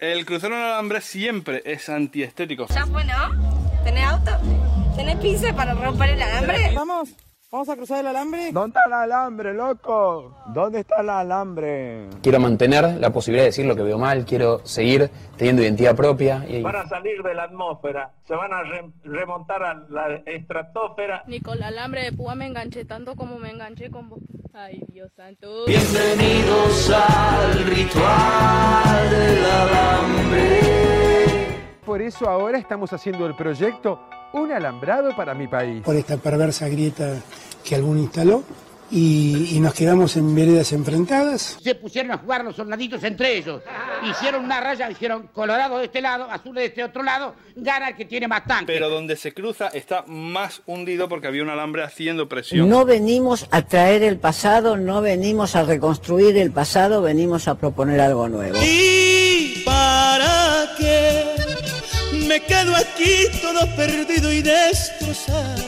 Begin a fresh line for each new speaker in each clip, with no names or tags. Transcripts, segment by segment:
El crucero en alambre siempre es antiestético.
Ya fue, ¿no? ¿Tenés auto? ¿Tenés pinza para romper el alambre?
Vamos, vamos a cruzar el alambre.
¿Dónde está el alambre, loco? ¿Dónde está el alambre?
Quiero mantener la posibilidad de decir lo que veo mal, quiero seguir teniendo identidad propia. Y...
Van a salir de la atmósfera, se van a re- remontar a la estratosfera.
Ni con el alambre de púa me enganché tanto como me enganché con vos. Ay, Dios santo.
Bienvenidos al ritual del alambre.
Por eso ahora estamos haciendo el proyecto Un alambrado para mi país.
Por esta perversa grieta que algún instaló. Y, y nos quedamos en veredas enfrentadas.
Se pusieron a jugar los soldaditos entre ellos. Hicieron una raya, dijeron colorado de este lado, azul de este otro lado, gana el que tiene más tanques.
Pero donde se cruza está más hundido porque había un alambre haciendo presión.
No venimos a traer el pasado, no venimos a reconstruir el pasado, venimos a proponer algo nuevo.
¿Y para qué me quedo aquí todo perdido y destrozado?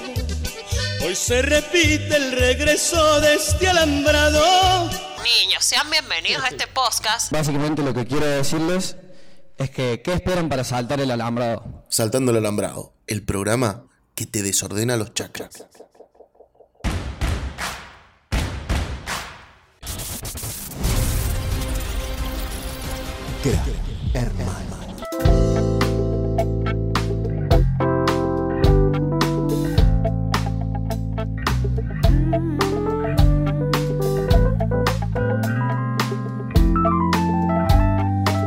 Hoy se repite el regreso de este alambrado.
Niños, sean bienvenidos a este podcast.
Básicamente lo que quiero decirles es que, ¿qué esperan para saltar el alambrado?
Saltando el alambrado, el programa que te desordena los chakras.
Crack, hermano.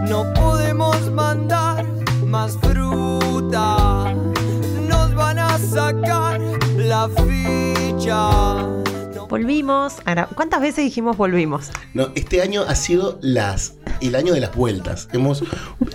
No podemos mandar más fruta. Nos van a sacar la ficha.
Volvimos. Ahora, ¿Cuántas veces dijimos volvimos?
No, este año ha sido las el año de las vueltas. Hemos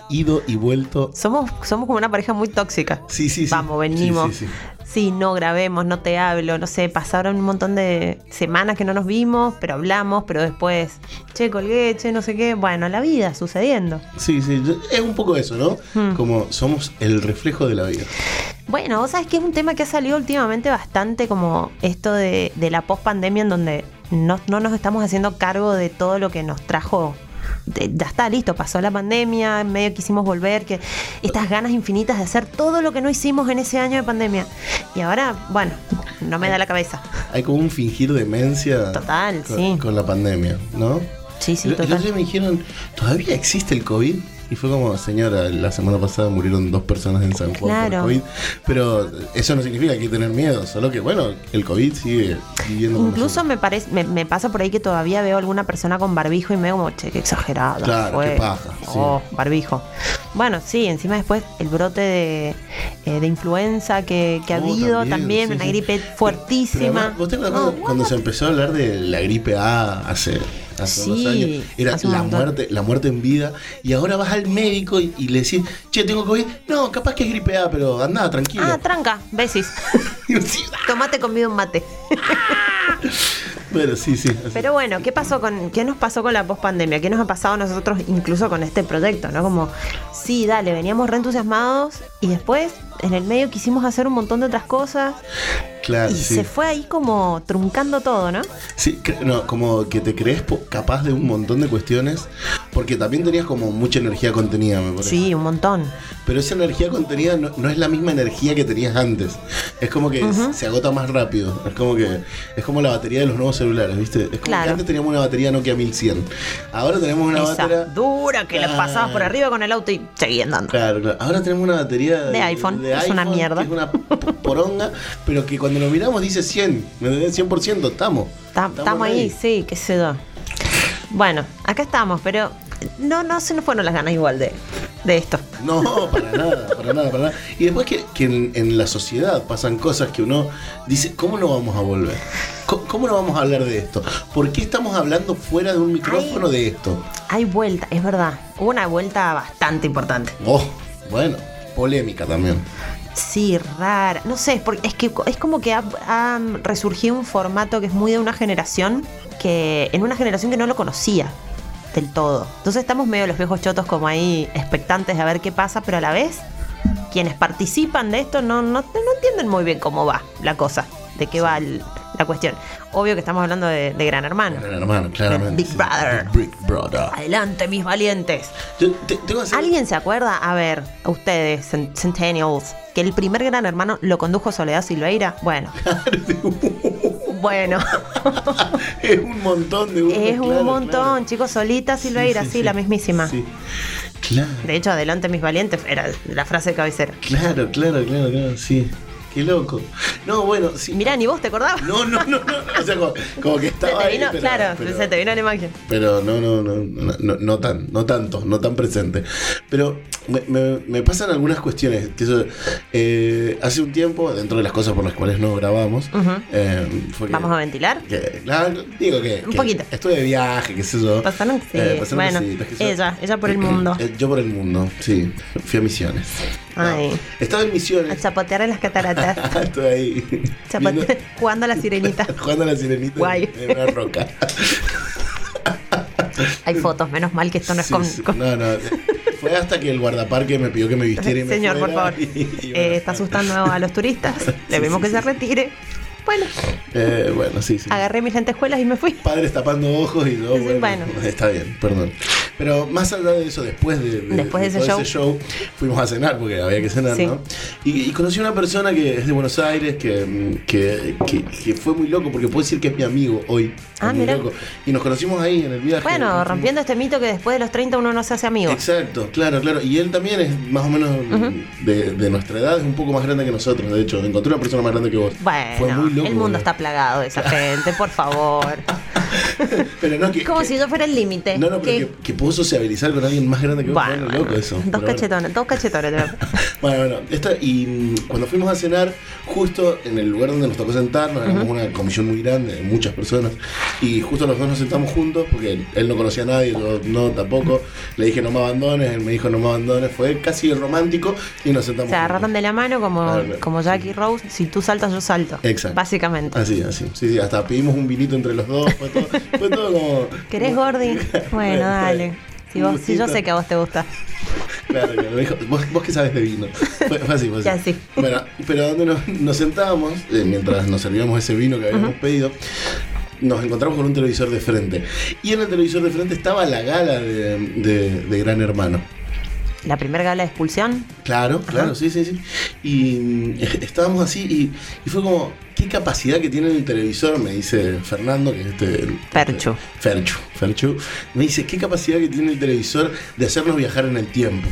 ido y vuelto.
Somos, somos como una pareja muy tóxica.
Sí, sí, sí.
Vamos, venimos.
Sí, sí,
Sí, no grabemos, no te hablo, no sé, pasaron un montón de semanas que no nos vimos, pero hablamos, pero después, che, colgué, che, no sé qué, bueno, la vida sucediendo.
sí. Sí, sí, yo- Es un poco eso, ¿no?
Hmm.
Como somos el reflejo de la vida.
Bueno, vos sabés que es un tema que ha salido últimamente bastante como esto de, de la post-pandemia en donde no, no nos estamos haciendo cargo de todo lo que nos trajo. De- ya está, listo, pasó la pandemia, medio quisimos volver, que estas ganas infinitas de hacer todo lo que no hicimos en ese año de pandemia. Y ahora, bueno, no me da la cabeza.
Hay como un fingir demencia.
Total,
con,
sí.
con la pandemia, ¿no?
Sí, sí,
Yo- yo
total.
ayer me dijeron, ¿todavía existe el COVID? Y fue como, señora, la semana pasada murieron dos personas en San Juan por
Claro.
COVID. Pero eso no significa que hay que tener miedo, solo que, bueno, el COVID sigue viviendo con
Incluso me, parece, me, me pasa por ahí que todavía veo alguna persona con barbijo y me como, che, qué exagerada.
Claro,
fue".
qué paja, sí.
Oh, barbijo. Bueno, sí, encima después el brote de, eh, de influenza que, que ha
Oh,
habido también,
sí,
una
sí.
gripe
Pero
fuertísima.
además, ¿Vos te acordás cuando, cuando se empezó a hablar de la gripe A hace, hace
Sí,
unos años? Era
hace un
la
montón.
muerte, la muerte en vida. Y ahora vas al médico y, y le decís, che, tengo COVID. No, capaz que es gripe A, pero andá, tranquilo.
Ah, tranca, besis. Tomate conmigo un mate.
pero sí, sí. así.
Pero bueno, ¿qué pasó con qué nos pasó con la pospandemia? ¿Qué nos ha pasado a nosotros incluso con este proyecto, no? Como sí, dale, veníamos reentusiasmados y después en el medio quisimos hacer un montón de otras cosas
claro,
y
sí.
se fue ahí como truncando todo, ¿no?
Sí, cre- no, como que te crees po- capaz de un montón de cuestiones. Porque también tenías como mucha energía contenida, me parece.
Sí, un montón.
Pero esa energía contenida no, no es la misma energía que tenías antes. Es como que
Ujú.
se agota más rápido. Es como que es como la batería de los nuevos celulares, ¿viste? Es como que
Claro.
antes teníamos una batería Nokia 1100. Ahora tenemos una
Esa
batería
dura que la
Claro.
pasabas por arriba con el auto y seguía andando.
Claro, claro. Ahora tenemos una batería
De iPhone. Es una
que
mierda.
Es una p- poronga, pero que cuando lo miramos dice 100. ¿Me entendés? 100%, estamos.
Estamos ahí, sí, qué sé yo. Bueno, acá estamos, pero no, no se nos fueron las ganas igual de, de esto.
No, para nada, para nada, para nada. Y después que, que en, en la sociedad pasan cosas que uno dice, ¿cómo no vamos a volver? ¿Cómo, cómo no vamos a hablar de esto? ¿Por qué estamos hablando fuera de un micrófono de esto?
Hay vuelta, es verdad. Hubo una vuelta bastante importante.
Oh, bueno, polémica también.
Sí, rara. No sé, es, porque, es que es como que ha, ha resurgido un formato que es muy de una generación que. en una generación que no lo conocía del todo. Entonces estamos medio los viejos chotos como ahí expectantes a ver qué pasa, pero a la vez, quienes participan de esto no, no, no entienden muy bien cómo va la cosa, de qué va el- la cuestión. Obvio que estamos hablando de, de Gran Hermano.
Gran hermano, claramente.
Big Brother.
Big Brother.
Adelante, mis valientes. Ah,
Yo te- tengo que hacer-
¿Alguien se acuerda? A ver, a ustedes, cent- Centennials, que el primer Gran Hermano lo condujo Soledad Silveira. Bueno. bueno.
es un montón de
Es
claro,
un montón, chicos. Solita Silveira, sí,
sí, sí.
la mismísima.
Claro,
De hecho, adelante, mis valientes, era la frase de cabecera.
claro, claro, claro, claro, sí. Qué loco. No, bueno, sí.
Mirá, ni vos te acordabas.
No, no, no, no. O sea, como, como que
Se
estaba
te
ahí,
vino,
pero-
claro,
pero-
se te vino la imagen.
Pero no, no, no, no, no, no tan, no tanto, no tan presente. Pero me, me- me pasan algunas cuestiones. que eso, eh, hace un tiempo, dentro de las cosas por las cuales no grabamos,
Ujú.
eh, fue que-
Vamos a ventilar.
que- claro, digo que,
Un
que
poquito.
estuve de viaje, qué sé yo.
Pasaron, sí.
Eh, pasaron
bueno,
cositas, qué sé yo.
ella, ella por el mundo.
Eh, Yo por el mundo, sí. Fui a misiones.
Ay.
Estaba en
A
misiones.
zapatear en las cataratas.
Estuve ahí.
Zapate-
viendo-
jugando a la sirenita.
jugando a la sirenita
Guay.
en una roca.
Hay fotos, menos mal que esto no es
Sí,
con.
sí.
con-
No, no. Fue hasta que el guardaparque me pidió que me vistiera y me
Señor, por
fuera
favor.
y- y bueno.
Eh, está asustando a los turistas. Le
Sí,
vemos
sí,
que
sí,
se
sí.
retire. Bueno,
Eh, bueno, sí, sí.
agarré mis lentejuelas y me fui.
Padres tapando ojos y yo,
Sí,
bueno,
bueno.
Está bien, perdón. Pero más allá de eso, después de,
Después de ese
todo fuimos a cenar porque había que cenar,
Sí.
¿no? Y, y conocí a una persona que es de Buenos Aires que, mm, que, que- que fue muy loco porque puedo decir que es mi amigo hoy.
Ah,
Es muy
mirá.
loco. Y nos conocimos ahí en el viaje.
Bueno, rompiendo este mito que después de los 30 uno no se hace amigo.
Exacto, claro, claro. Y él también es más o menos de, de nuestra edad, es un poco más grande que nosotros. De hecho, encontré una persona más grande que vos. Fue
Bueno,
muy loco,
el mundo
boludo.
está plagado de esa gente, por favor.
Pero no, que,
Como
que-
si yo fuera el límite.
no, no, pero
Que-
que, que puedo sociabilizar con alguien más grande que vos.
Bueno,
bueno, loco eso.
Dos
Pero bueno.
cachetones, dos cachetones. te lo-
Bueno, bueno, esto, y mm, cuando fuimos a cenar, justo en el lugar donde nos tocó sentarnos, éramos una comisión muy grande, de muchas personas, y justo los dos nos sentamos juntos, porque él no conocía a nadie, yo no tampoco, le dije no me abandones, él me dijo no me abandones, fue casi romántico y nos sentamos
Se agarraron de la mano como,
Claro, claro.
como Jackie Rose. Si tú saltas, yo salto.
Exacto.
Básicamente.
Así, así, sí, sí, hasta pedimos un vinito entre los dos, fue todo, fue todo como...
¿Querés, Gordy? Bueno,
Bueno,
dale. Si, vos, si yo sé que a vos te gusta.
Claro, claro, me dijo, vos, vos que sabes de vino. Fue, fue así, fue así.
Ya sí.
Bueno, pero donde nos, nos sentábamos, eh, mientras nos servíamos ese vino que habíamos pedido, nos encontramos con un televisor de frente. Y en el televisor de frente estaba la gala de, de- de Gran Hermano.
La primera gala de expulsión.
Claro, claro, sí, sí, sí. Y mm, estábamos así y, y fue como, ¿qué capacidad que tiene el televisor? Me dice Fernando, que es este...
Ferchu.
Ferchu, Ferchu. Me dice, ¿qué capacidad que tiene el televisor de hacernos viajar en el tiempo?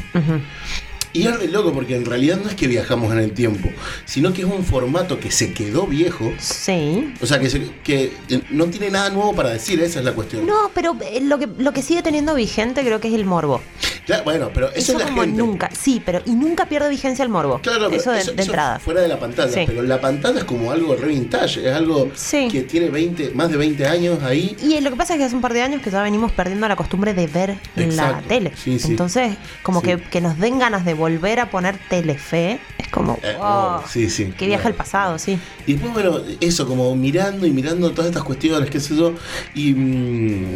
Y es re loco porque en realidad no es que viajamos en el tiempo, sino que es un formato que se quedó viejo.
Sí.
O sea, que, se- que eh, no tiene nada nuevo para decir, esa es la cuestión.
No, pero eh, lo que, lo que sigue teniendo vigente creo que es el morbo.
Claro, bueno, pero eso,
Eso,
es la
como
gente.
nunca. Sí, pero. Y nunca pierde vigencia el morbo.
Claro, pero
eso de, de entrada.
fuera de la pantalla,
Sí.
pero la pantalla es como algo re vintage, es algo que tiene 20, más de 20 años ahí.
Y eh, lo que pasa es que hace un par de años que ya venimos perdiendo la costumbre de ver la
Exacto.
tele.
Sí, sí.
Entonces, como
Sí.
que, que nos den ganas de volver a poner telefe, es como,
Eh,
wow,
no, sí, sí.
que viaja
no.
al pasado, sí.
Y después, bueno, eso, como mirando y mirando todas estas cuestiones, qué sé yo. Y mm,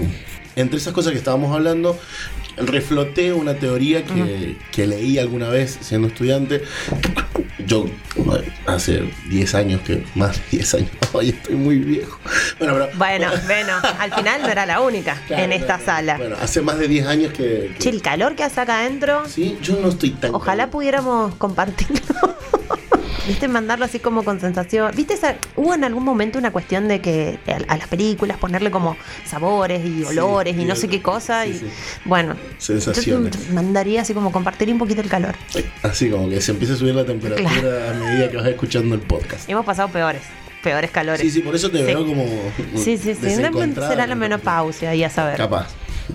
entre esas cosas que estábamos hablando, refloté una teoría que, que leí alguna vez siendo estudiante. Yo hace 10 años que, más de 10 años, hoy estoy muy viejo. Bueno, pero
Bueno, bueno, al final no era la única
Claro,
en esta
claro,
sala.
bueno, hace más de 10 años que... que-
Che, el calor que hace acá adentro,
Sí, yo no estoy tan...
ojalá pudiéramos compartirlo. Viste, mandarlo así como con sensación. Viste, esa- hubo en algún momento una cuestión de que a, a las películas ponerle como sabores y olores y
y
no
el-
sé qué cosa.
sí,
y
sí.
bueno,
Sensaciones.
Yo te mandaría así como compartir un poquito el calor.
Así como que se empieza a subir la temperatura
Claro.
a medida que vas escuchando el podcast.
Hemos pasado peores, peores calores.
Sí, sí, por eso te
Sí.
veo como.
Sí, sí, sí.
desencontrada.
Será la menopausia, ya saber.
Capaz.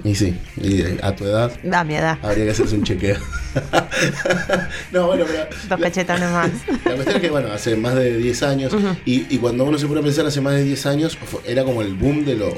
Y sí, y eh, a tu edad
Da mi edad.
habría que hacerse un chequeo. no, bueno, pero
Dos cachetones más.
la cuestión es que, bueno, hace más de 10 años, y, y cuando uno se pone a pensar hace más de 10 años, fue- era como el boom de los.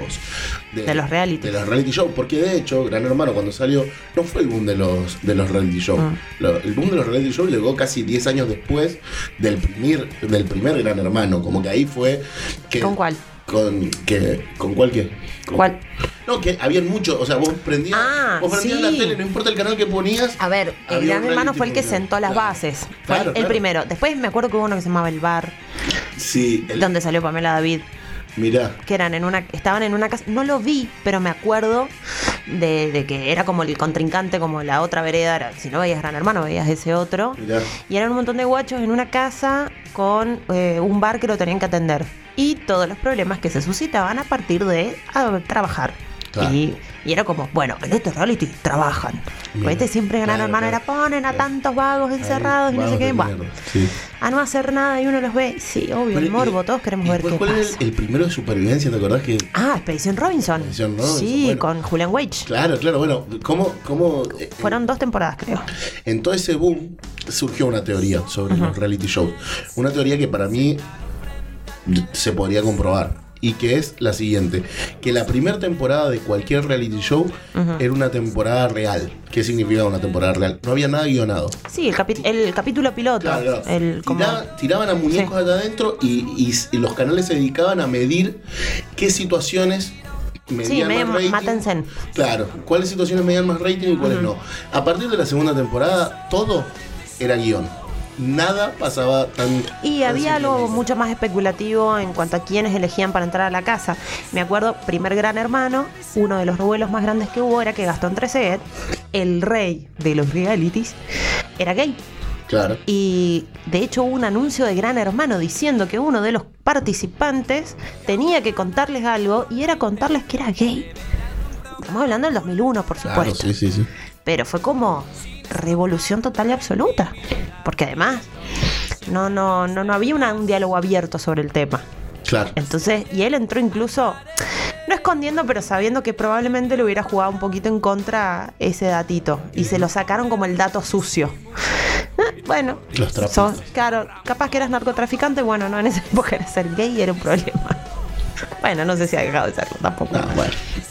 De los reality.
De los reality shows, porque de hecho, Gran Hermano, cuando salió, no fue el boom de los, de los reality shows.
Ah.
Lo- el boom de los reality shows llegó casi 10 años después del primer, del primer Gran Hermano. Como que ahí fue. Que,
¿Con cuál?
Con, que, ¿Con cuál qué? Con-
¿Cuál?
No, que habían muchos. O sea, vos prendías,
Ah,
vos prendías
sí.
la tele, no importa el canal que ponías.
A ver, el
Había
gran
un
hermano
reality
fue el que
mundial.
sentó las bases. Fue
Claro,
el
claro.
primero. Después me acuerdo que hubo uno que se llamaba El Bar,
Sí, el-
donde salió Pamela David.
Mirá.
que eran en una, estaban en una casa, no lo vi, pero me acuerdo de, de que era como el contrincante, como la otra vereda, era- si no veías Gran Hermano, veías ese otro.
Mirá.
Y eran un montón de guachos en una casa con eh, un bar que lo tenían que atender. Y todos los problemas que se suscitaban a partir de ah, trabajar.
Claro.
Y, y era como, bueno, en este reality trabajan.
Bien.
Este siempre Gran
Claro,
Hermano
claro.
era ponen a tantos vagos encerrados y no
Vagos
sé
de
qué. Bueno,
mierda. Sí.
a no hacer nada y uno los ve. Sí, obvio,
Pero,
el morbo, todos queremos ver
¿Cuál,
qué
cuál era
pasa.
el, el primero de supervivencia? ¿Te acordás que
Ah, Expedición Robinson.
Expedición Robinson,
Sí, con Julian Wage.
Claro, claro, bueno, ¿cómo, cómo eh,
Fueron dos temporadas, creo.
en todo ese boom surgió una teoría sobre los reality shows? Una teoría que para mí se podría comprobar y que es la siguiente, que la primera temporada de cualquier reality show era una temporada real. ¿Qué significa una temporada real? No había nada guionado.
Sí, el, capi- el capítulo piloto.
Claro.
El, como-
Tira- tiraban a muñecos allá adentro y, y- y los canales se dedicaban a medir qué situaciones
Sí,
medían
medio
más rating.
mátense.
Claro, cuáles situaciones medían más rating y cuáles no. A partir de la segunda temporada, todo era guión. Nada pasaba tan.
Y
tan
había algo
simplemente.
mucho más especulativo en cuanto a quiénes elegían para entrar a la casa. Me acuerdo, primer gran hermano, uno de los revuelos más grandes que hubo era que Gastón Trezeguet, el rey de los realities, era gay.
Claro.
Y de hecho hubo un anuncio de Gran Hermano diciendo que uno de los participantes tenía que contarles algo y era contarles que era gay. Estamos hablando del 2001, por supuesto.
Claro, sí, sí, sí.
Pero fue como revolución total y absoluta. Porque además, no, no, no, no había una- un diálogo abierto sobre el tema.
Claro.
Entonces, y él entró incluso, no escondiendo, pero sabiendo que probablemente le hubiera jugado un poquito en contra ese datito. Y se lo sacaron como el dato sucio. Ah, Bueno,
Los trapistas.
sos- claro, capaz que eras narcotraficante, bueno, no en esa época era ser gay y era un problema. Bueno, no sé si ha dejado de serlo tampoco.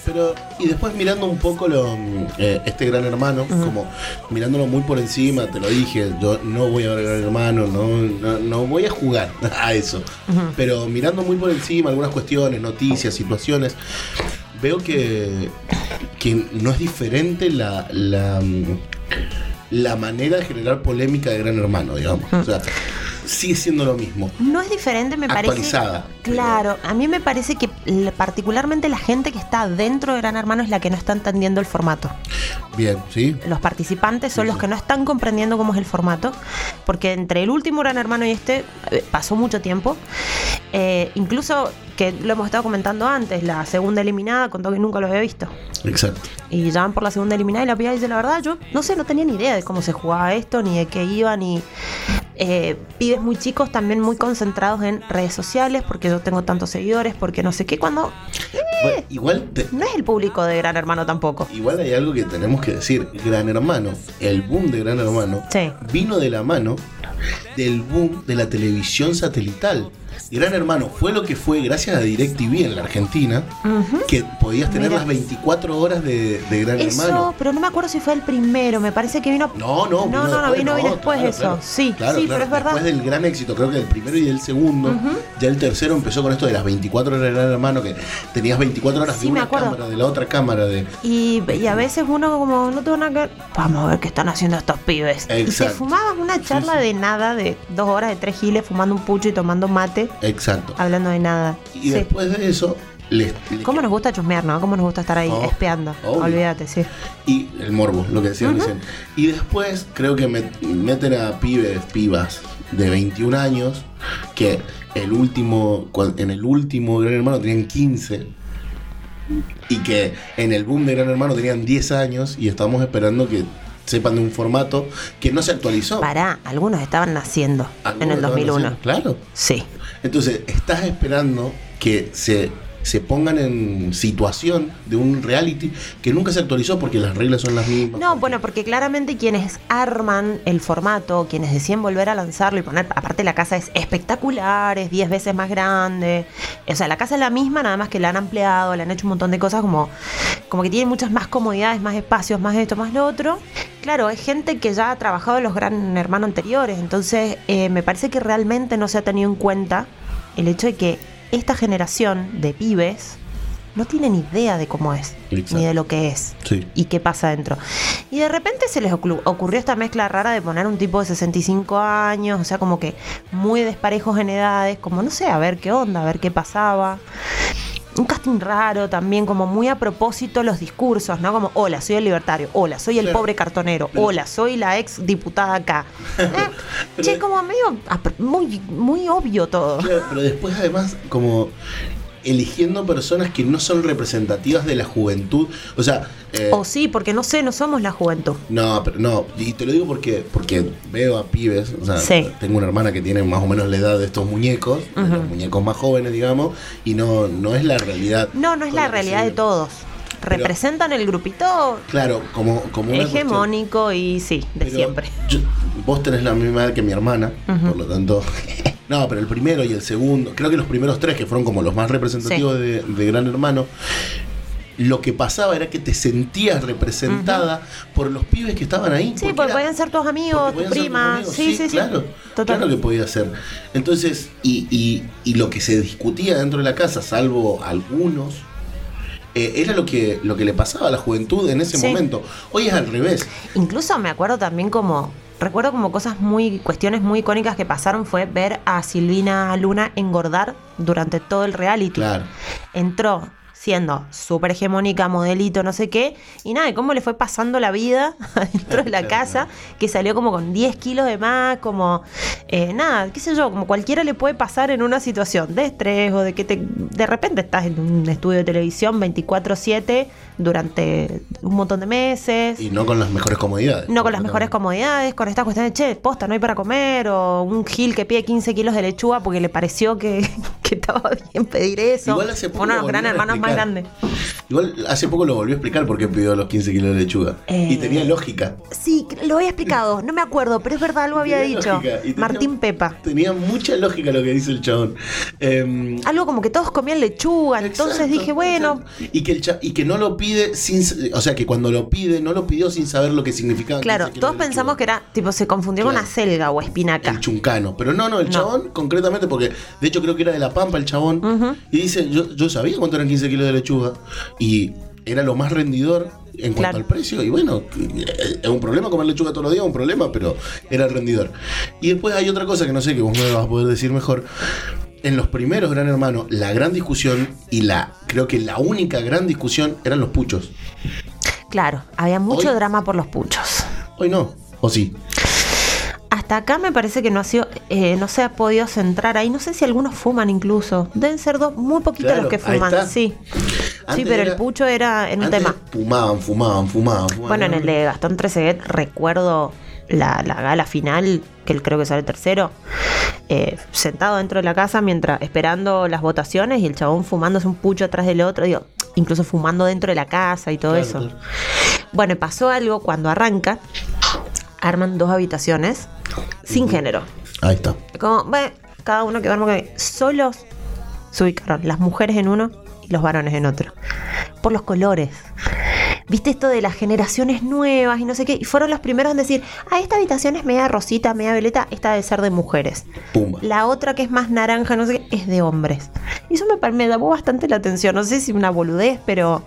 Pero, y después mirando un poco lo, mm, eh, este gran hermano, como mirándolo muy por encima, te lo dije, yo no voy a ver gran hermano, no, no, no voy a jugar a eso. Pero mirando muy por encima algunas cuestiones, noticias, situaciones, veo que, que no es diferente la, la, mm, la manera de generar polémica de gran hermano, digamos. O sea, sigue siendo lo mismo.
No es diferente, me parece.
Actualizada, pero-
Claro, a mí me parece que l- particularmente la gente que está dentro de Gran Hermano es la que no está entendiendo el formato.
Bien, ¿sí?
Los participantes son los que no están comprendiendo cómo es el formato, porque entre el último Gran Hermano y este eh, pasó mucho tiempo. Eh, incluso que lo hemos estado comentando antes, la segunda eliminada contó que nunca lo había visto.
Exacto.
Y ya van por la segunda eliminada y la piba dice, la verdad, yo no sé, no tenía ni idea de cómo se jugaba esto, ni de qué iba, ni... eh, pibes muy chicos también muy concentrados en redes sociales, porque yo tengo tantos seguidores, porque no sé qué, cuando
Bueno, igual te-
no es el público de Gran Hermano tampoco.
Igual hay algo que tenemos que decir. Gran Hermano, el boom de Gran Hermano, vino de la mano del boom de la televisión satelital. Gran Hermano fue lo que fue gracias a DirecTV en la Argentina, que podías tener
Mira.
las 24 horas de, de Gran
Eso,
Hermano.
pero no me acuerdo si fue el primero, me parece que vino...
No, no,
no, no, no, vino, vino después
claro,
eso.
claro.
sí,
Claro,
sí,
claro.
pero es verdad.
Después del gran éxito, creo que del primero y del segundo, ya el tercero empezó con esto de las 24 horas de Gran Hermano, que tenías 24 horas
Sí, me
de una
acuerdo.
cámara, de la otra cámara, de...
Y, y a veces uno como, no tengo nada que... Vamos a ver qué están haciendo estos pibes. Y te
Exacto.
fumabas una charla de nada, de dos horas de tres giles, fumando un pucho y tomando mate,
Exacto.
hablando de nada.
Y
Sí.
después de eso, les,
¿Cómo nos gusta chusmear, no? ¿Cómo nos gusta estar ahí
Oh,
espiando?
obvio.
Olvídate, sí.
Y el morbo, lo que decían
Ujú.
recién. Y después creo que met- meten a pibes, pibas de 21 años, que el último, cua- en el último Gran Hermano tenían 15. Y que en el boom de Gran Hermano tenían 10 años y estamos esperando que sepan de un formato que no se actualizó.
Pará, algunos estaban naciendo
Algunos
en el
estaban
2001.
naciendo, Claro.
Sí.
Entonces, estás esperando que se, se pongan en situación de un reality que nunca se actualizó porque las reglas son las mismas.
No, bueno, porque claramente quienes arman el formato, quienes deciden volver a lanzarlo y poner, aparte la casa es espectacular, es 10 veces más grande. O sea, la casa es la misma, nada más que la han ampliado, le han hecho un montón de cosas como, como que tiene muchas más comodidades, más espacios, más esto, más lo otro. Claro, es gente que ya ha trabajado en los Gran Hermano anteriores, entonces eh, me parece que realmente no se ha tenido en cuenta el hecho de que esta generación de pibes no tienen idea de cómo es,
Exacto.
ni de lo que es
Sí.
y qué pasa adentro. Y de repente se les oclu- ocurrió esta mezcla rara de poner un tipo de 65 años, o sea, como que muy desparejos en edades, como no sé, a ver qué onda, a ver qué pasaba. Un casting raro también, como muy a propósito los discursos, ¿no? Como, hola, soy el libertario, hola, soy el
Claro.
pobre cartonero,
Pero-
hola, soy la ex diputada acá. Eh,
Pero
che, como medio a pr- muy, muy obvio todo.
Claro, pero después además como eligiendo personas que no son representativas de la juventud. O sea, eh,
O sí, porque no sé, no somos la juventud.
no, pero no, y te lo digo porque, porque veo a pibes, o sea,
Sí.
tengo una hermana que tiene más o menos la edad de estos muñecos, de
Ujú.
los muñecos más jóvenes, digamos, y no, no es la realidad.
No, no es la realidad de todos. Representan el grupito
Claro, como, como una cuestión-
hegemónico y sí, de
Pero
siempre.
yo- vos tenés la misma edad que mi hermana,
Ujú.
por lo tanto. No, pero el primero y el segundo, creo que los primeros tres que fueron como los más representativos de, de Gran Hermano, lo que pasaba era que te sentías representada por los pibes que estaban ahí.
Sí, porque pueden ser tus amigos, tu
podían ser tus
prima.
amigos,
sí, sí, sí.
Claro,
Total.
claro que podía ser. Entonces, y, y- y lo que se discutía dentro de la casa, salvo algunos, eh, era lo que, lo que le pasaba a la juventud en ese
Sí.
momento. Hoy es al revés.
Incluso me acuerdo también como. Recuerdo como cosas muy, cuestiones muy icónicas que pasaron fue ver a Silvina Luna engordar durante todo el reality.
Claro.
Entró siendo súper hegemónica, modelito, no sé qué, y nada, y cómo le fue pasando la vida adentro de la casa, que salió como con 10 kilos de más, como eh, nada, qué sé yo, como cualquiera le puede pasar en una situación de estrés o de que te, de repente estás en un estudio de televisión 24/7 durante un montón de meses.
Y no con las mejores comodidades.
No con las mejores comodidades, con esta cuestión de che, posta, no hay para comer, o un gil que pide 15 kilos de lechuga porque le pareció que, que estaba bien pedir eso.
Igual hace poco
Uno de los
volvieron
gran
a
hermanos más
explicar.
grandes.
Igual hace poco lo volvió a explicar por qué pidió los 15 kilos de lechuga.
Eh.
Y tenía lógica.
Sí, lo había explicado, no me acuerdo, pero es verdad, algo había
Tenía
dicho.
lógica, y tenía-
Martín Pepa.
Tenía mucha lógica lo que dice el chabón. Em,
Algo como que todos comían lechuga, entonces
Exacto,
dije, bueno,
y, que el cha- y que no lo pide sin. O sea, que cuando lo pide, no lo pidió sin saber lo que significaba.
claro,
15 kilos
todos
de
pensamos que era, tipo, se confundió con
Claro.
acelga o espinaca.
lechuga. El chuncano. Pero no, no, el chabón concretamente, porque de hecho creo que era de La Pampa el chabón. Y dice: yo, yo sabía cuánto eran 15 kilos de lechuga. Y era lo más rendidor en cuanto
Claro.
al precio. Y bueno, eh, es un problema comer lechuga todos los días, un problema, pero era el rendidor. Y después hay otra cosa que no sé, que vos me vas a poder decir mejor. En los primeros Gran Hermano, la gran discusión y la creo que la única gran discusión eran los puchos.
Claro, había mucho drama por los puchos.
Hoy no, o sí.
Hasta acá me parece que no ha sido, eh, no se ha podido centrar ahí. No sé si algunos fuman incluso. Deben ser dos, muy poquitos
Claro,
los que
ahí está.
fuman, sí. sí,
Antes
pero el
era-
pucho era en un
antes
tema.
Fumaban, fumaban, fumaban, fumaban.
Bueno, en el de Gastón Treseguet recuerdo la, la gala final, que él creo que sale tercero, eh, sentado dentro de la casa mientras esperando las votaciones y el chabón fumándose un pucho atrás del otro, digo, incluso fumando dentro de la casa y todo
Claro,
eso.
claro.
Bueno, pasó algo cuando arranca, arman dos habitaciones sin género.
Ahí está.
Como, bueno, cada uno que duerma con solos se ubicaron las mujeres en uno y los varones en otro. Por los colores. Viste esto de las generaciones nuevas y no sé qué. Y fueron los primeros en decir, ah, esta habitación es media rosita, media violeta, esta debe ser de mujeres.
Pumba.
La otra que es más naranja, no sé qué, es de hombres. Y eso me, par- me llamó bastante la atención. No sé si una boludez, pero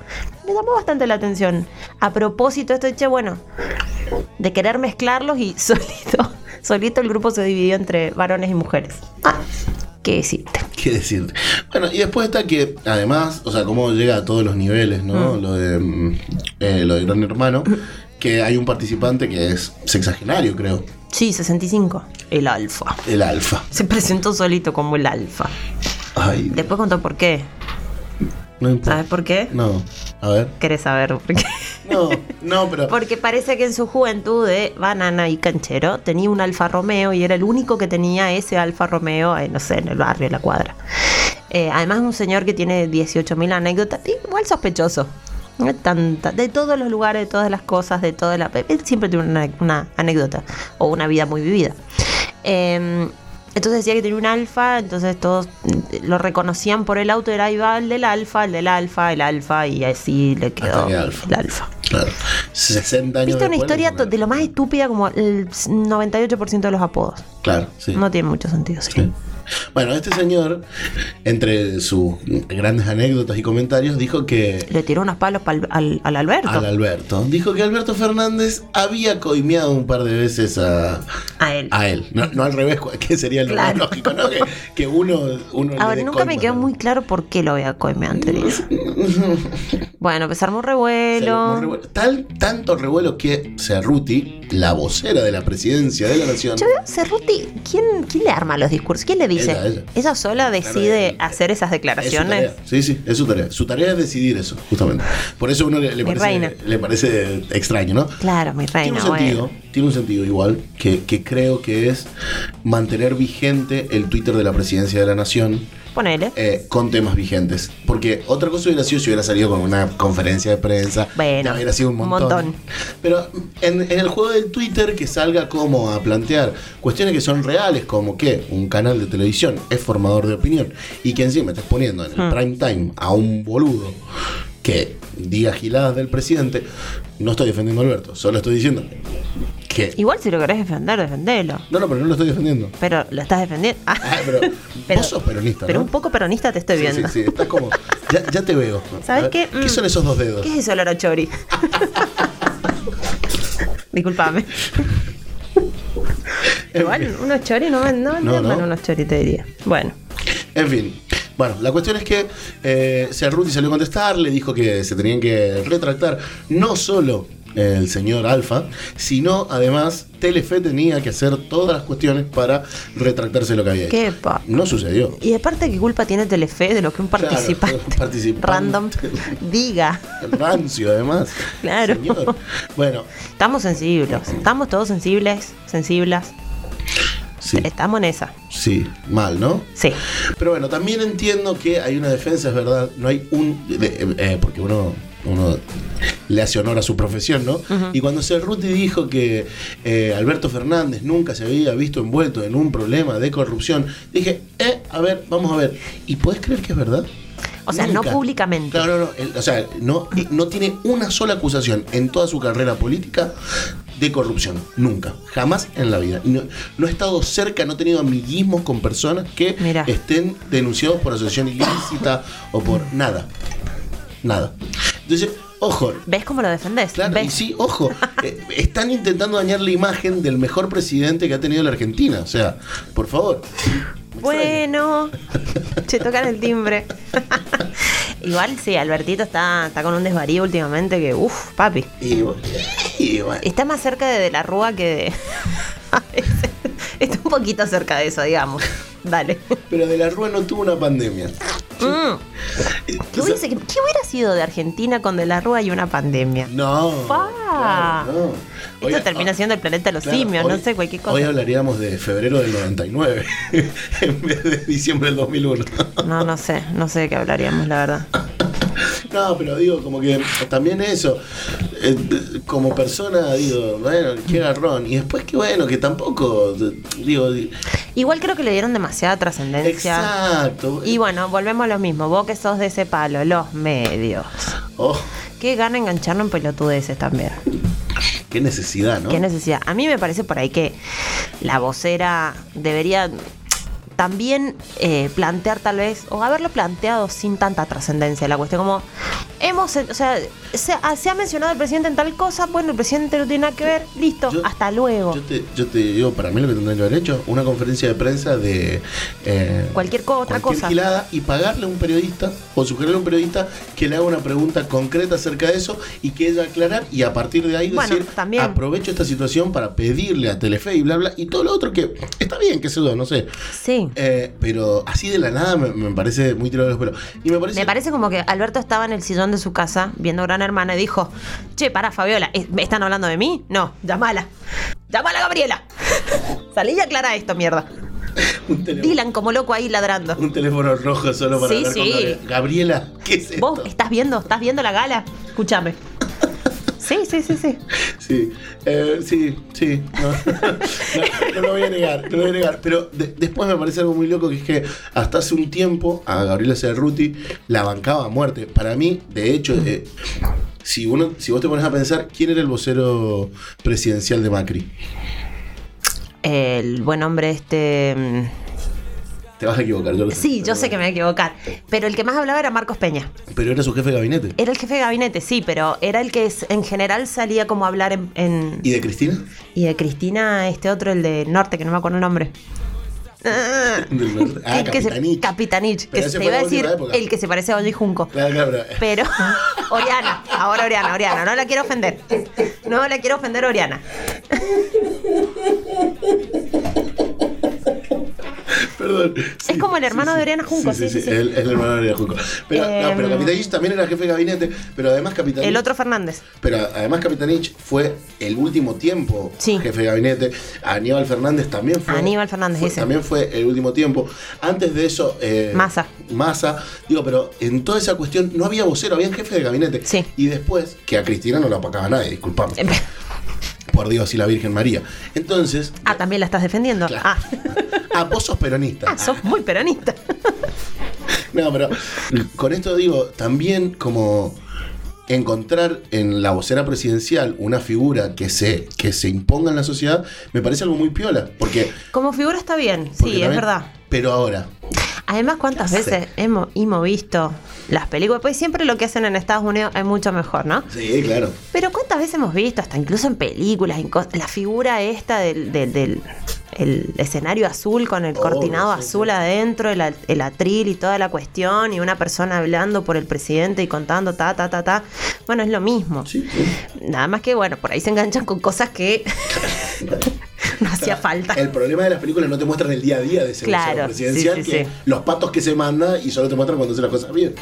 me llamó bastante la atención. A propósito, esto che, bueno, de querer mezclarlos y solito, solito el grupo se dividió entre varones y mujeres. Ah, ¿qué decirte?
¿Qué decir? Bueno, y después está que, además, o sea, cómo llega a todos los niveles, ¿no?
Mm.
Lo, de, mm, eh, lo de Gran Hermano, que hay un participante que es sexagenario, creo.
Sí, 65. El alfa.
El alfa.
Se presentó solito como el alfa.
Ay,
Después contó por qué.
no importa.
¿Sabes por qué?
No, a ver.
¿Querés saber por qué?
No, no, pero.
Porque parece que en su juventud de banana y canchero tenía un Alfa Romeo y era el único que tenía ese Alfa Romeo, eh, no sé, en el barrio, en la cuadra. Eh, además, un señor que tiene 18.000 anécdotas, igual sospechoso. No es tanta, de todos los lugares, de todas las cosas, de toda la. Él siempre tiene una, una anécdota o una vida muy vivida. Eh, entonces decía que tenía un alfa, entonces todos mm, lo reconocían por el auto, era ahí va el del alfa, el del alfa, el alfa, y así le quedó.
El alfa.
El alfa.
Claro. 60 años.
Viste una
después,
historia to- de lo más estúpida como el 98% de los apodos.
Claro, sí.
No tiene mucho sentido, sí.
Bueno, este señor, entre sus grandes anécdotas y comentarios, dijo que.
Le tiró unos palos pa'l- al, al Alberto.
Al Alberto. Dijo que Alberto Fernández había coimeado un par de veces a,
A él.
a él. No, no al revés, que sería lo más
Claro.
lógico, ¿no? Que, que uno, uno le
Ahora,
dé
nunca me
coima.
quedó muy claro por qué lo había coimeado Bueno, pues se armó un revuelo.
Armó revuelo. Tal, tanto revuelo que Cerruti, la vocera de la presidencia de la nación.
Yo veo, Cerruti, ¿quién, ¿quién le arma los discursos? ¿Quién le dice?
Ella, ella.
sola decide hacer esas
Es su
declaraciones.
tarea. Sí, sí, es su tarea. Su tarea es decidir eso, justamente. Por eso a uno le, le
Mi reina.
parece, le parece extraño, ¿no?
Claro, mi
Tiene
reina,
un sentido,
bueno.
tiene un sentido igual, que, que creo que es mantener vigente el Twitter de la presidencia de la nación
Ponele.
eh, con temas vigentes. Porque otra cosa hubiera sido si hubiera salido con una conferencia de prensa.
Bueno,
ya hubiera sido un
un
montón.
montón.
Pero en, en el juego del Twitter que salga como a plantear cuestiones que son reales, como que un canal de televisión es formador de opinión y que encima estás poniendo en el
Hmm.
prime time a un boludo que diga giladas del presidente, no estoy defendiendo a Alberto, solo estoy diciendo que...
Igual si lo querés defender, defendelo.
No, no, pero no lo estoy defendiendo.
Pero lo estás defendiendo. Ah,
pero,
pero,
Vos sos peronista,
pero
¿no?
un poco peronista te estoy
Sí,
viendo.
Sí, sí, estás como. Ya, ya te veo.
¿Sabes
A ver,
qué? Mm.
¿Qué son esos dos dedos?
¿Qué es eso, olor a chori? Disculpame. Igual, unos choris no me no me
No,
llaman
no.
unos choris, te diría. Bueno.
En fin. Bueno, la cuestión es que eh, Cerruti salió a contestar, le dijo que se tenían que retractar no solo el señor Alfa, sino además Telefe tenía que hacer todas las cuestiones para retractarse de lo que había hecho.
Qué pa-
No sucedió.
Y aparte, ¿qué culpa tiene Telefe de lo que un participante
Claro, participante
random diga?
rancio además.
Claro.
Señor. Bueno,
Estamos sensibles. Estamos todos sensibles, sensibles. Estamos en esa.
Sí, mal, ¿no?
Sí.
Pero bueno, también entiendo que hay una defensa, es verdad. No hay un. de- eh, eh, porque uno, uno le hace honor a su profesión, ¿no? Y cuando Cerruti dijo que eh, Alberto Fernández nunca se había visto envuelto en un problema de corrupción, dije, eh, a ver, vamos a ver. ¿Y podés creer que es verdad?
O sea, no públicamente.
No, no, no. El- o sea, no, eh, no tiene una sola acusación en toda su carrera política de corrupción. Nunca. Jamás en la vida. No, no ha estado cerca, no ha tenido amiguismos con personas que estén denunciados por asociación ilícita o por nada. Nada. Entonces, ojo.
¿Ves cómo lo defendés?
Claro, y sí, ojo. eh, están intentando dañar la imagen del mejor presidente que ha tenido la Argentina. O sea, por favor.
Bueno, se tocan el timbre. Igual sí, Albertito está, está con un desvarío últimamente que, uff, papi.
Y, y bueno.
Está más cerca de, De la Rúa que de. a veces. está un poquito cerca de eso, digamos. Dale.
Pero de la Rúa no tuvo una pandemia.
Mm. ¿Qué, hubiese- qué hubiera sido de Argentina con De la Rúa y una pandemia?
No.
¡Fa!
no. ah,
Esto termina siendo el planeta de los
Claro,
simios,
hoy-
no sé, cualquier
Hoy
cosa.
hablaríamos de febrero del 99 en vez de diciembre del 2001.
No, no sé, no sé de qué hablaríamos, la verdad.
No, pero digo, como que también eso, eh, como persona, digo, bueno, qué garrón. Y después que bueno, que tampoco, eh, digo, di-
Igual creo que le dieron demasiada trascendencia.
Exacto.
Y bueno, volvemos a lo mismo. Vos que sos de ese palo, los medios.
oh,
Qué gana engancharlo en pelotudeces también.
qué necesidad, ¿no?
Qué necesidad. A mí me parece por ahí que la vocera debería también eh, plantear tal vez, o haberlo planteado sin tanta trascendencia la cuestión, como hemos, eh, o sea, se, ah, se ha mencionado el presidente en tal cosa, bueno, el presidente no tiene nada que ver, listo, hasta luego.
Yo te, yo te digo, para mí lo que tendrían que haber hecho, una conferencia de prensa de eh,
Cualquier co- otra
cualquier
cosa.
gilada y pagarle a un periodista o sugerirle a un periodista que le haga una pregunta concreta acerca de eso y que ella aclarar y a partir de ahí
Bueno,
decir,
también.
aprovecho esta situación para pedirle a Telefe y bla, bla, y todo lo otro que está bien, que se yo, no sé. Eh,
Sí.
pero así de la nada me, me parece muy tirado de los pelos. Y me parece...
Me parece como que Alberto estaba en el sillón de su casa viendo Gran Hermana y dijo, che, para Fabiola, ¿es- ¿me están hablando de mí? No, llamala. Llamala, Gabriela. Salí y aclara esto, mierda. Dylan como loco ahí ladrando.
Un teléfono rojo solo para
Sí,
hablar con
sí.
Gabriela. Gabriela, ¿qué es
¿Vos estás viendo? ¿Estás viendo la gala? Escúchame. Sí, sí, sí, sí.
Sí, eh, sí, sí. No, no, no lo voy a negar, no lo voy a negar. Pero de- después me parece algo muy loco que es que hasta hace un tiempo a Gabriela Cerruti la bancaba a muerte. Para mí, de hecho, eh, si, uno, si vos te pones a pensar, ¿quién era el vocero presidencial de Macri?
El buen hombre este... mm,
Te vas a equivocar, yo lo sé.
Sí, yo sé que me voy a equivocar. Pero el que más hablaba era Marcos Peña.
Pero era su jefe de gabinete.
Era el jefe de gabinete, sí, pero era el que es- en general salía como a hablar en, en-
¿Y de Cristina?
Y de Cristina, este otro, el de Norte, que no me acuerdo el nombre. Ah,
Del norte. Ah,
que se-
Capitanich.
Capitanich,
Pero
que
ese
se
fue
iba a
la
decir
última época.
el que se parece a Oye Junco.
Claro, claro, claro.
Pero, Oriana, ahora Oriana, Oriana, no la quiero ofender. No la quiero ofender, Oriana.
Perdón.
es como el hermano de Oriana Junco, sí, sí, sí.
Es, el, es el hermano de María Junco. Pero, no, pero
Em.
Capitanich también era jefe de gabinete, pero además Capitanich.
El otro Fernández.
Pero además Capitanich fue el último tiempo jefe de gabinete. Aníbal Fernández también fue.
Aníbal Fernández,
fue-
ese.
También fue el último tiempo. Antes de eso. Eh,
Massa.
Massa. Digo, pero en toda esa cuestión no había vocero, había jefe de gabinete. Y después, que a Cristina no la apacaba nadie, disculpame.
Eh,
Por Dios y la Virgen María. Entonces,
Ah, también la estás defendiendo. Ah,
ah, vos sos peronista.
ah, sos muy peronista.
No, pero con esto digo, también como encontrar en la vocera presidencial una figura que se, que se imponga en la sociedad, me parece algo muy piola. Porque,
Como figura está bien, sí,
porque
es
también-
verdad.
Pero ahora,
Además, ¿cuántas
Ya sé.
veces hemos, hemos visto las películas? Pues siempre lo que hacen en Estados Unidos es mucho mejor, ¿no?
sí, claro.
Pero ¿cuántas veces hemos visto, hasta incluso en películas, en cos- la figura esta del, del- del- el escenario azul con
Oh,
el cortinado azul adentro, el, a- el atril y toda la cuestión, y una persona hablando por el presidente y contando ta, ta, ta, ta? Bueno, es lo mismo. Nada más que, bueno, por ahí se enganchan con cosas que no hacía falta.
El problema de las películas no te muestran el día a día de ese
Claro,
vocero presidencial,
sí, sí,
que
sí.
los patos que se manda y solo te muestran cuando hace las cosas bien.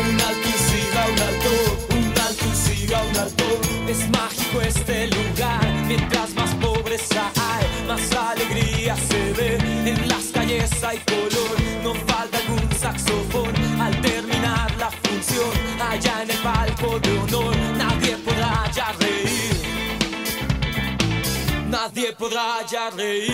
Un alto y siga un alto, un alto y siga un alto. Es mágico este lugar, mientras más pobreza hay, más alegría se ve. En las calles hay color, no falta algún saxofón. Al terminar la función, allá en el palco de honor, nadie podrá ya reír. Nadie podrá ya reír.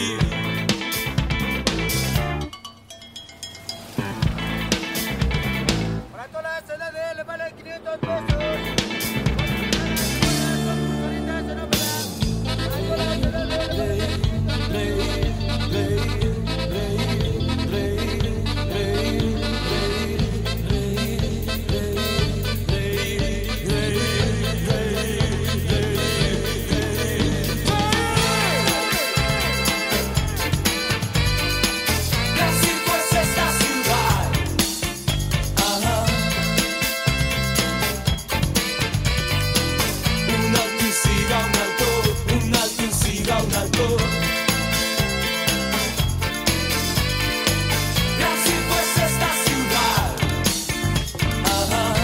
El circo es esta ciudad. Ajá. Un alto y siga un alto, un alto y siga un alto. El circo es esta ciudad. Ajá.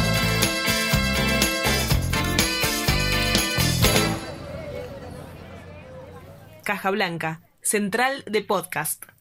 Caja Blanca, central de podcast.